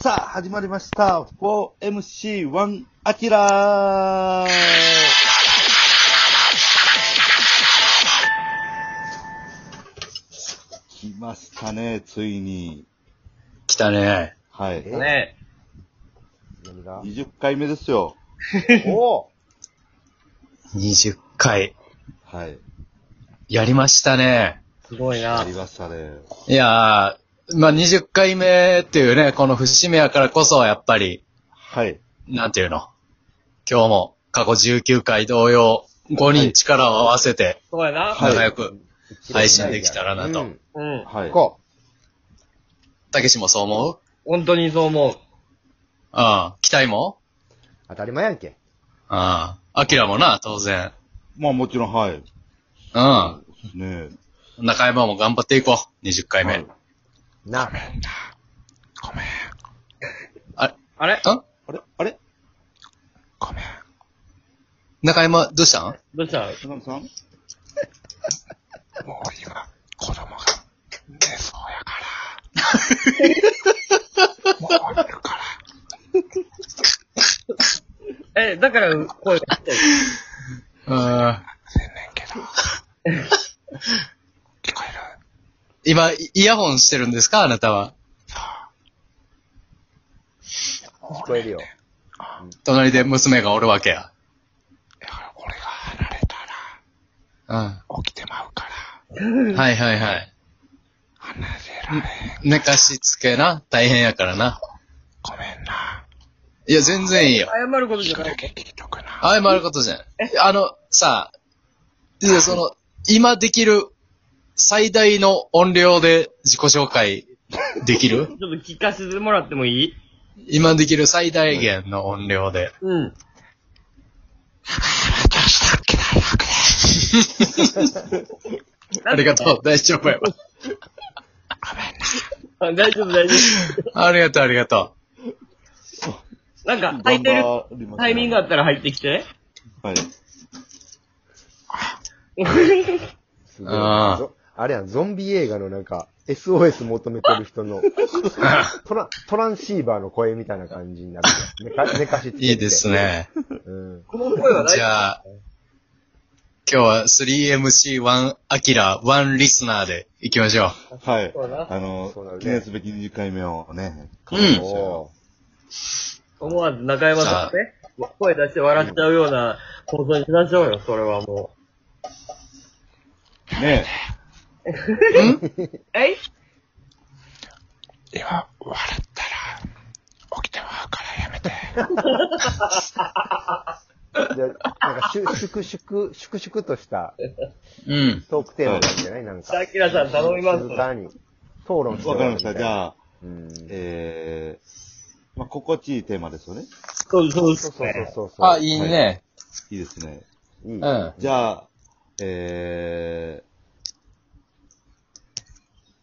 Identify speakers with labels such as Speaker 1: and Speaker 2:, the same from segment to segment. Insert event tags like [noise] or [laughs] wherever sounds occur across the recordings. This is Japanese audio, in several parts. Speaker 1: さあ、始まりました。4MC1 アキラー来ましたね、ついに。
Speaker 2: 来たね。
Speaker 1: はい。
Speaker 3: ね [laughs]
Speaker 4: 何が
Speaker 1: 20回目ですよ。
Speaker 4: お
Speaker 2: 20回。
Speaker 1: はい。
Speaker 2: やりましたね。
Speaker 3: すごい
Speaker 1: あ
Speaker 3: な
Speaker 1: り。ましたね。
Speaker 2: いやー、まあ、20回目っていうね、この節目やからこそ、やっぱり、
Speaker 1: はい。
Speaker 2: なんていうの。今日も過去19回同様、5人力を合わせて、
Speaker 3: そうやな。
Speaker 1: はい
Speaker 2: 仲良く、配信できたらなと
Speaker 4: うん
Speaker 3: うん。
Speaker 1: はい。
Speaker 4: こ
Speaker 2: たけしもそう思う
Speaker 3: 本当にそう思う。
Speaker 2: うん。期待も
Speaker 4: う。当たり前やんけ。
Speaker 2: うん。あきらもな、当然。
Speaker 1: まあもちろん、はい。
Speaker 2: うん。
Speaker 1: ね
Speaker 2: 中山も頑張っていこう。20
Speaker 1: え。
Speaker 2: 回目。
Speaker 1: はい
Speaker 4: な。
Speaker 3: あれ
Speaker 2: あ
Speaker 1: あれあれ
Speaker 2: 中山、どうしたん
Speaker 3: どうしたの
Speaker 1: 田上さん
Speaker 3: え、だから声が低い。
Speaker 2: うん。
Speaker 4: [laughs]
Speaker 2: 今、イヤホンしてるんですかあなたは。
Speaker 4: 聞こえるよ。
Speaker 2: 隣で娘がおるわけや。
Speaker 5: だから俺が離れた
Speaker 2: うん。は
Speaker 5: ら起きてまうから
Speaker 2: いはいはい。
Speaker 5: 離れられへん。
Speaker 2: 寝かしつけな。大変やからな。
Speaker 5: ごめんな。
Speaker 2: いや、全然いいよ。
Speaker 3: 謝ることじゃない。
Speaker 5: 聞いとくな。
Speaker 2: 謝ることじゃない。あの、さあ、いや、その、今できる最大の音量で自己紹介できる
Speaker 3: ちょっと聞かせてもらってもいい
Speaker 2: 今できる最大限の音量で。
Speaker 3: うん。
Speaker 5: 私だけ大学で。
Speaker 2: ありがとう。大丈夫やわ。
Speaker 3: あ大丈夫、大丈
Speaker 2: ありがとう、ありがと
Speaker 3: 夫。なんか、入ってる
Speaker 1: 頑張りますね
Speaker 3: タイミングあったら入ってき
Speaker 4: [laughs]
Speaker 3: て。
Speaker 1: はい。
Speaker 4: す
Speaker 2: う。
Speaker 4: ご
Speaker 2: う
Speaker 4: い
Speaker 2: ん。
Speaker 4: ぞあれやん、ゾンビ映画のなんか、SOS 求めてる
Speaker 2: [laughs]
Speaker 4: 人の、トラン、トランシーバーの声みたいな感じになるよ。寝か寝かしつけて。
Speaker 2: いいです。ね。
Speaker 4: うん。
Speaker 3: この声は大
Speaker 2: じ
Speaker 3: 丈
Speaker 2: ゃあ、今日は 3MC1 アキラ1リスナーで行きましょ
Speaker 1: はい
Speaker 3: そう。だ
Speaker 1: あの
Speaker 4: そうだ、ね
Speaker 1: 記念すべき20回目をね。
Speaker 2: う。うん。
Speaker 4: お
Speaker 3: 夫。思わず中山さんね、声出して笑っちゃうような放送にしましょうよ、それはも
Speaker 1: ね
Speaker 3: う。えい
Speaker 5: 今、笑ったら起きてまうからや
Speaker 4: [laughs]
Speaker 5: めて。
Speaker 4: ーじゃあなんか、しゅ、粛々、粛々とした
Speaker 2: うん。
Speaker 4: トークテーマなんじゃないなんか。
Speaker 3: さきらさん頼みます
Speaker 4: 静。かに、討論
Speaker 1: え。
Speaker 4: して
Speaker 1: わかりました。じ
Speaker 4: あ。
Speaker 1: ゃあ、
Speaker 4: うん。そう
Speaker 1: えー、まあ、心地いいテーマですよね。
Speaker 3: そうそう
Speaker 4: そう
Speaker 3: そう
Speaker 4: そう。そうそう。
Speaker 2: あ、いいね。
Speaker 1: いいですね。
Speaker 4: いい。
Speaker 2: うん。
Speaker 1: じゃあ、え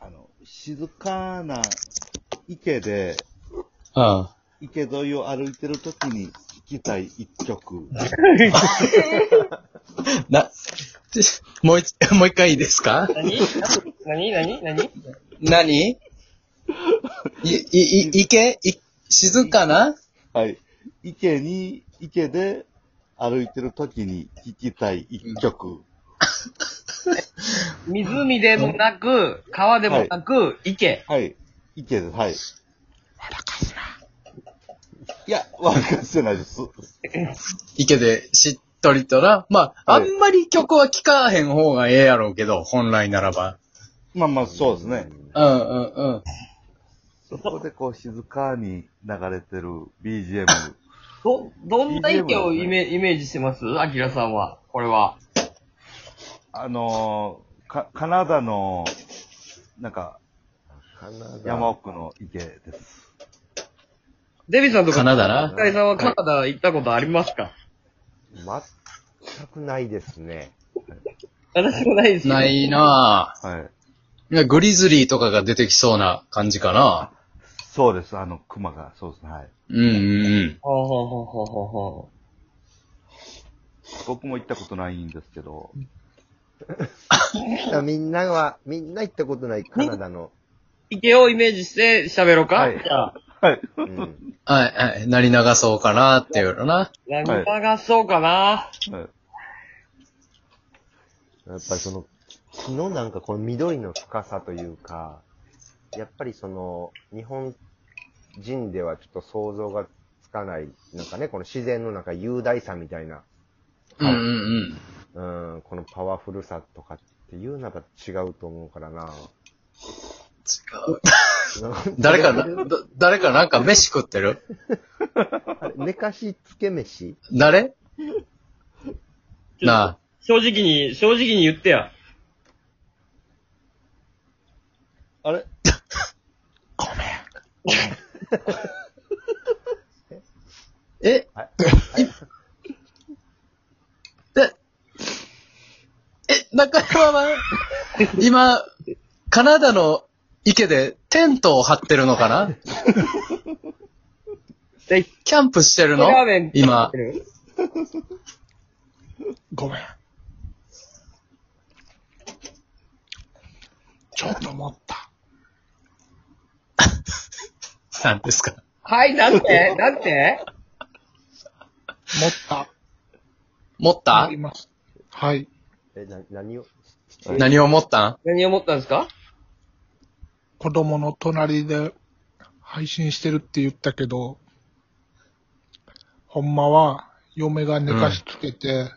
Speaker 1: ー、あの、静かな池で、
Speaker 2: うん。
Speaker 1: 池沿いを歩いてるときに聴きたい一曲。
Speaker 2: な、 [laughs] もう一、 [laughs] もう一回いいですか
Speaker 3: 何何何何
Speaker 2: [laughs] 何い、い、い、いけい、静かな
Speaker 1: はい。池に、池で歩いてるときに聴きたい一曲。
Speaker 3: 湖でもなく、川でもなく、池。
Speaker 1: はい。池です。はい。笑かすな。いや、笑かしてないです。
Speaker 2: 池でしっとりとな。まあ、あ
Speaker 1: はい
Speaker 2: んまり曲は聴かへん方がええやろうけど、本来ならば。
Speaker 1: まあまあ、そうですね。
Speaker 2: うんうんうん。
Speaker 1: そこでこう静かに流れてる BGM。
Speaker 3: ど、どんな池をイメイメージしてますアキラさんは。これは。
Speaker 1: [laughs] あのー、か、カナダの、なんか、山
Speaker 4: 山
Speaker 1: 奥の池です。
Speaker 3: デビさんとか、
Speaker 2: カナダな。
Speaker 3: 中井さんはカナダ行ったことありますか、
Speaker 4: 全くないで
Speaker 2: [laughs]
Speaker 4: すね。
Speaker 3: 私もないです。
Speaker 2: な。いなぁ。
Speaker 1: はい。
Speaker 2: いやグリズリーとかが出てきそうな感じかな。
Speaker 1: そうです、あの、熊が、そうですね、はい。
Speaker 2: うんうんうん。
Speaker 3: ほうほうほうほうほうほ
Speaker 1: 僕も行ったことないんですけど、
Speaker 4: みんなは、みんな行ったことないカナダの。
Speaker 3: う。池をイメージして喋ろうか、
Speaker 1: はい
Speaker 3: じゃあ。
Speaker 1: はい。
Speaker 4: うん。
Speaker 2: はい、はい、なり流そうかなっていうのな。
Speaker 3: 何がそうかな、
Speaker 1: はい
Speaker 4: やっぱりその、木のなんかこの緑の深さというか、やっぱりその、日本人ではちょっと想像がつかない、なんかね、この自然の中雄大さみたいな、
Speaker 2: うんうんうん。
Speaker 4: うん、このパワフルさとかっていうのが違うと思うからな。
Speaker 2: 違う。
Speaker 4: なんか
Speaker 2: 誰かな、だ誰かなんか飯食ってる
Speaker 4: あれ寝かしつけ飯
Speaker 2: 誰
Speaker 3: ちょっと
Speaker 2: なあ。
Speaker 3: 正直に、正直に言ってや。
Speaker 1: あれ
Speaker 5: ごめん。
Speaker 2: え
Speaker 4: はい
Speaker 2: で、え、中山は、今、カナダの池でテントを張ってるのかな
Speaker 3: で、
Speaker 2: キャンプしてるの
Speaker 3: ラーメン
Speaker 2: 今。
Speaker 5: ごめん。ちょっと思った。
Speaker 2: なんですか
Speaker 3: はい、なんてなんて
Speaker 5: 持った。
Speaker 2: 持った
Speaker 5: あります。はい。
Speaker 4: え、な、何を
Speaker 2: 何を持ったん
Speaker 3: 何を思ったんですか
Speaker 5: 子供の隣で配信してるって言ったけど、ほんまは嫁が寝かしつけて、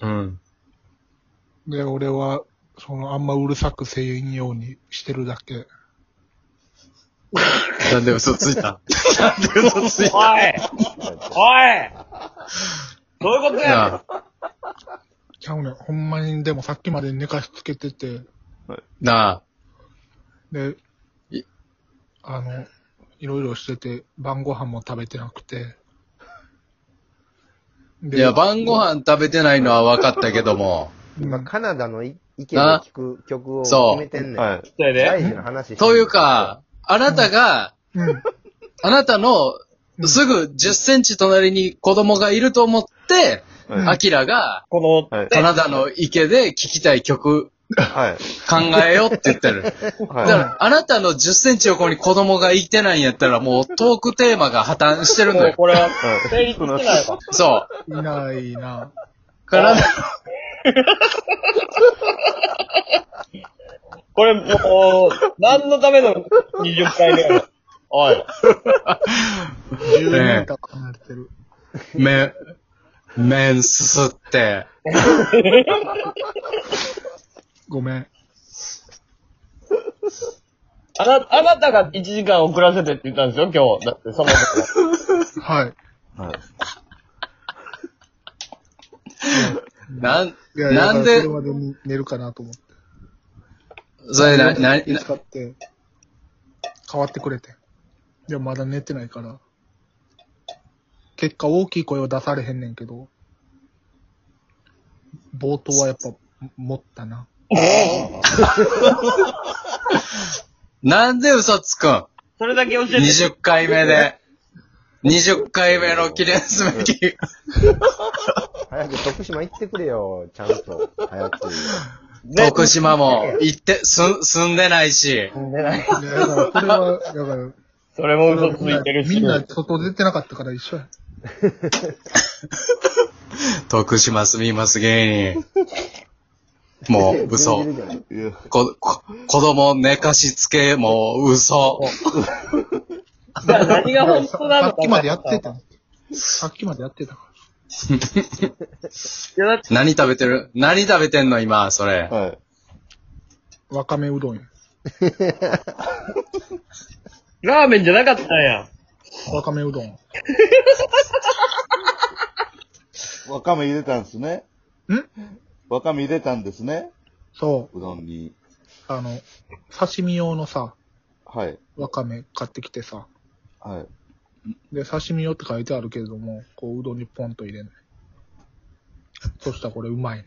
Speaker 2: うん。
Speaker 5: で、俺は、その、あんまうるさくせえんようにしてるだけ。
Speaker 2: なんで嘘ついたなんで嘘ついた
Speaker 3: [laughs] おいおいどういうことや
Speaker 2: なあ、
Speaker 5: ちゃうねん。ほんまに、でもさっきまで寝かしつけてて、
Speaker 2: なあ、
Speaker 5: で
Speaker 2: い、
Speaker 5: あの、いろいろしてて、晩ご飯も食べてなくて。
Speaker 2: い
Speaker 5: で
Speaker 2: や、晩ご飯食べてないのは分かったけども、
Speaker 5: う
Speaker 4: 今、
Speaker 5: ん
Speaker 4: カナダのい意見で聞く曲を決めてんねん。
Speaker 1: は
Speaker 3: それ
Speaker 4: 大
Speaker 3: で。
Speaker 4: 事な話してんねん
Speaker 2: という、か、あなたが、
Speaker 5: うん。
Speaker 2: あなたのすぐ10センチ隣に子供がいると思って、
Speaker 1: い。は
Speaker 2: アキラが
Speaker 3: こ
Speaker 1: い。はい。
Speaker 2: カナダの池で聴きたい曲
Speaker 1: はい。
Speaker 2: 考えようって言ってる。だか
Speaker 1: は
Speaker 2: ら、あなたの10センチ横に子供がいてないんやったら、もうトークテーマが破綻してる
Speaker 3: の、
Speaker 2: んだ
Speaker 3: もう
Speaker 2: よ。
Speaker 3: これは、
Speaker 1: い。
Speaker 3: 成立してないわ。
Speaker 2: そ
Speaker 5: いない
Speaker 2: [laughs]
Speaker 5: な。
Speaker 2: う。カナダ、
Speaker 3: これもう、何のための20回目やろおい。
Speaker 5: 10年間離れてる。
Speaker 2: め、麺すすって。
Speaker 5: ごめん。
Speaker 3: あな、あなたが1時間遅らせてって言ったんですよ、今日。だって、その時
Speaker 5: はい。
Speaker 1: はい。
Speaker 2: なん、
Speaker 5: いや、いや
Speaker 2: なんで
Speaker 5: だからそれまでに寝るかなと思って。
Speaker 2: それな、な、
Speaker 5: 気
Speaker 2: な、
Speaker 5: 使って、変わってくれて。でもまだ寝てないから。結果大きい声を出されへんねんけど、冒頭はやっぱ、持ったな。
Speaker 2: なんで嘘つくん
Speaker 3: それだけ教えて。
Speaker 2: 20回目で。20回目の記念すべき。
Speaker 4: 早く徳島行ってくれよ、ちゃんと。早く。
Speaker 2: 徳島も行って、す、住んでないし。
Speaker 5: いやだからこれは、だから、
Speaker 3: それも嘘ついてるし。
Speaker 5: みんな外出てなかったから一緒や。
Speaker 2: 徳島住みます芸人。もう、嘘
Speaker 4: 信。じるじゃない
Speaker 1: いや、
Speaker 2: こ、こ、子供寝かしつけ、もう、嘘。
Speaker 3: じゃあ何が本当なの
Speaker 5: さっきまでやって
Speaker 3: い
Speaker 5: た。さっきまでやってたか
Speaker 3: や、だって、
Speaker 2: 何食べてる何食べてんの今、そ
Speaker 1: は
Speaker 2: れ。
Speaker 1: い。
Speaker 5: ら。わかめうどんや。
Speaker 3: ラーメンじゃなかったんや。
Speaker 5: わかめうどん。ん
Speaker 1: わかめ入れたんですね。わかめ入れたんですね。
Speaker 5: そう
Speaker 1: どんに。
Speaker 5: う。あの、刺身用のさ、
Speaker 1: はい。
Speaker 5: わかめ買ってきてさ。
Speaker 1: はい。
Speaker 5: で、刺身用って書いてあるけれども、こう、うどんにポンと入れない。そしたらこれうまいね。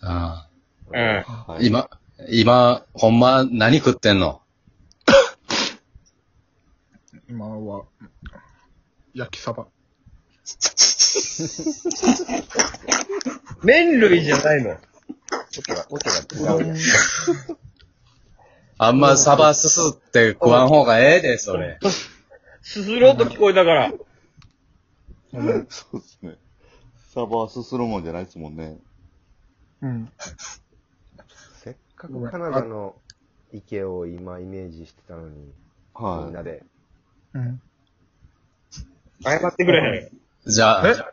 Speaker 2: あ
Speaker 3: うん。
Speaker 5: あ
Speaker 2: あ
Speaker 1: はい。
Speaker 2: 今、今、ほんま、何食ってんの
Speaker 5: 今は、焼きサバ。
Speaker 3: 麺類じゃないの。
Speaker 4: 音が、音が
Speaker 5: う
Speaker 4: 違う
Speaker 5: どん
Speaker 4: やん。
Speaker 2: あんまサバすすって食わん方がええで、それ。
Speaker 3: すすろうと聞こえながら。
Speaker 1: そうですね。サーバーはすするもんじゃないですもんね。
Speaker 5: うん。
Speaker 4: せっかくカナダの池を今イメージしてたのに、みん
Speaker 1: は
Speaker 4: なで。
Speaker 5: うん。
Speaker 3: 謝ってくれへん。
Speaker 2: じゃあ、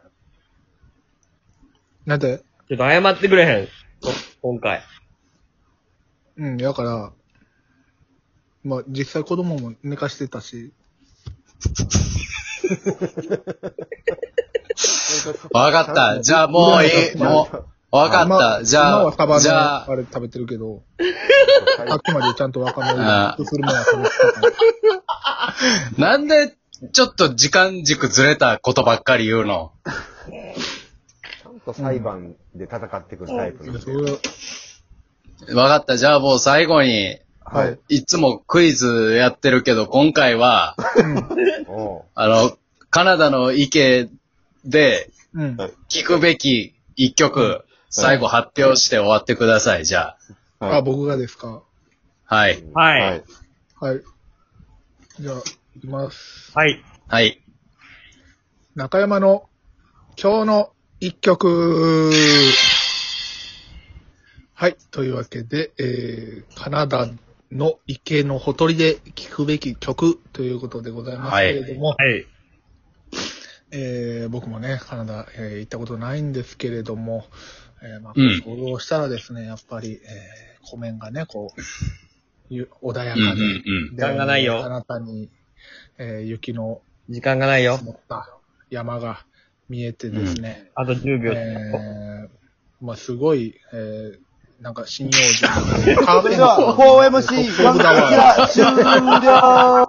Speaker 5: なんで、
Speaker 3: ちょっと謝ってくれへん。こ今回。
Speaker 5: うん、だから、まあ実際子供も寝かしてたし、
Speaker 2: わかった。じゃあもういい。もう、わかった。じ
Speaker 5: 今
Speaker 2: ゃ
Speaker 5: はサバ
Speaker 2: あ、じゃ
Speaker 5: の
Speaker 2: あ、
Speaker 5: あれ食べてるけど、
Speaker 4: 最
Speaker 5: さっきまでちゃんとわかめ
Speaker 2: あ
Speaker 5: をするもんは食べてたから。
Speaker 2: なんで、ちょっと時間軸ずれたことばっかり言うの
Speaker 4: ちゃんと裁判で戦ってくるタイプの人。
Speaker 5: [laughs] それ
Speaker 2: わかった。じゃあもう最後に、
Speaker 4: はい。
Speaker 2: いつもクイズやってるけど、今回は、
Speaker 4: おう
Speaker 2: あの、カナダの池で
Speaker 5: うん。
Speaker 2: 聞くべき一曲、最後発表して終わってください。じゃ
Speaker 1: い。
Speaker 5: あ、僕がですか。
Speaker 2: あ。はい。
Speaker 3: はい。
Speaker 1: は
Speaker 3: はいい。。
Speaker 5: はい。じゃあ、いきます。
Speaker 2: はい。
Speaker 5: 中山の今日の一曲。はい。というわけで、えー、カナダの池のほとりで聴くべき曲ということでございますけれども、
Speaker 3: はい。
Speaker 5: えー僕もね、カナダ、えー行ったことないんですけれども、えーまあ、
Speaker 2: うん
Speaker 5: 想像したらですね、やっぱり、えー、湖面がね、こう、ゆ穏や
Speaker 2: うんうん
Speaker 5: かで、
Speaker 2: うん。
Speaker 5: で
Speaker 3: 時間がないよ
Speaker 5: あなたに、えー雪の
Speaker 3: 時間がないよ
Speaker 5: 積。もった山が見えてですね、
Speaker 3: あと10秒。
Speaker 5: えーまあ、すごい、えーなんか、針葉樹。
Speaker 1: [laughs]
Speaker 5: そ [laughs]
Speaker 1: それでは、4MC、ワンキラ終了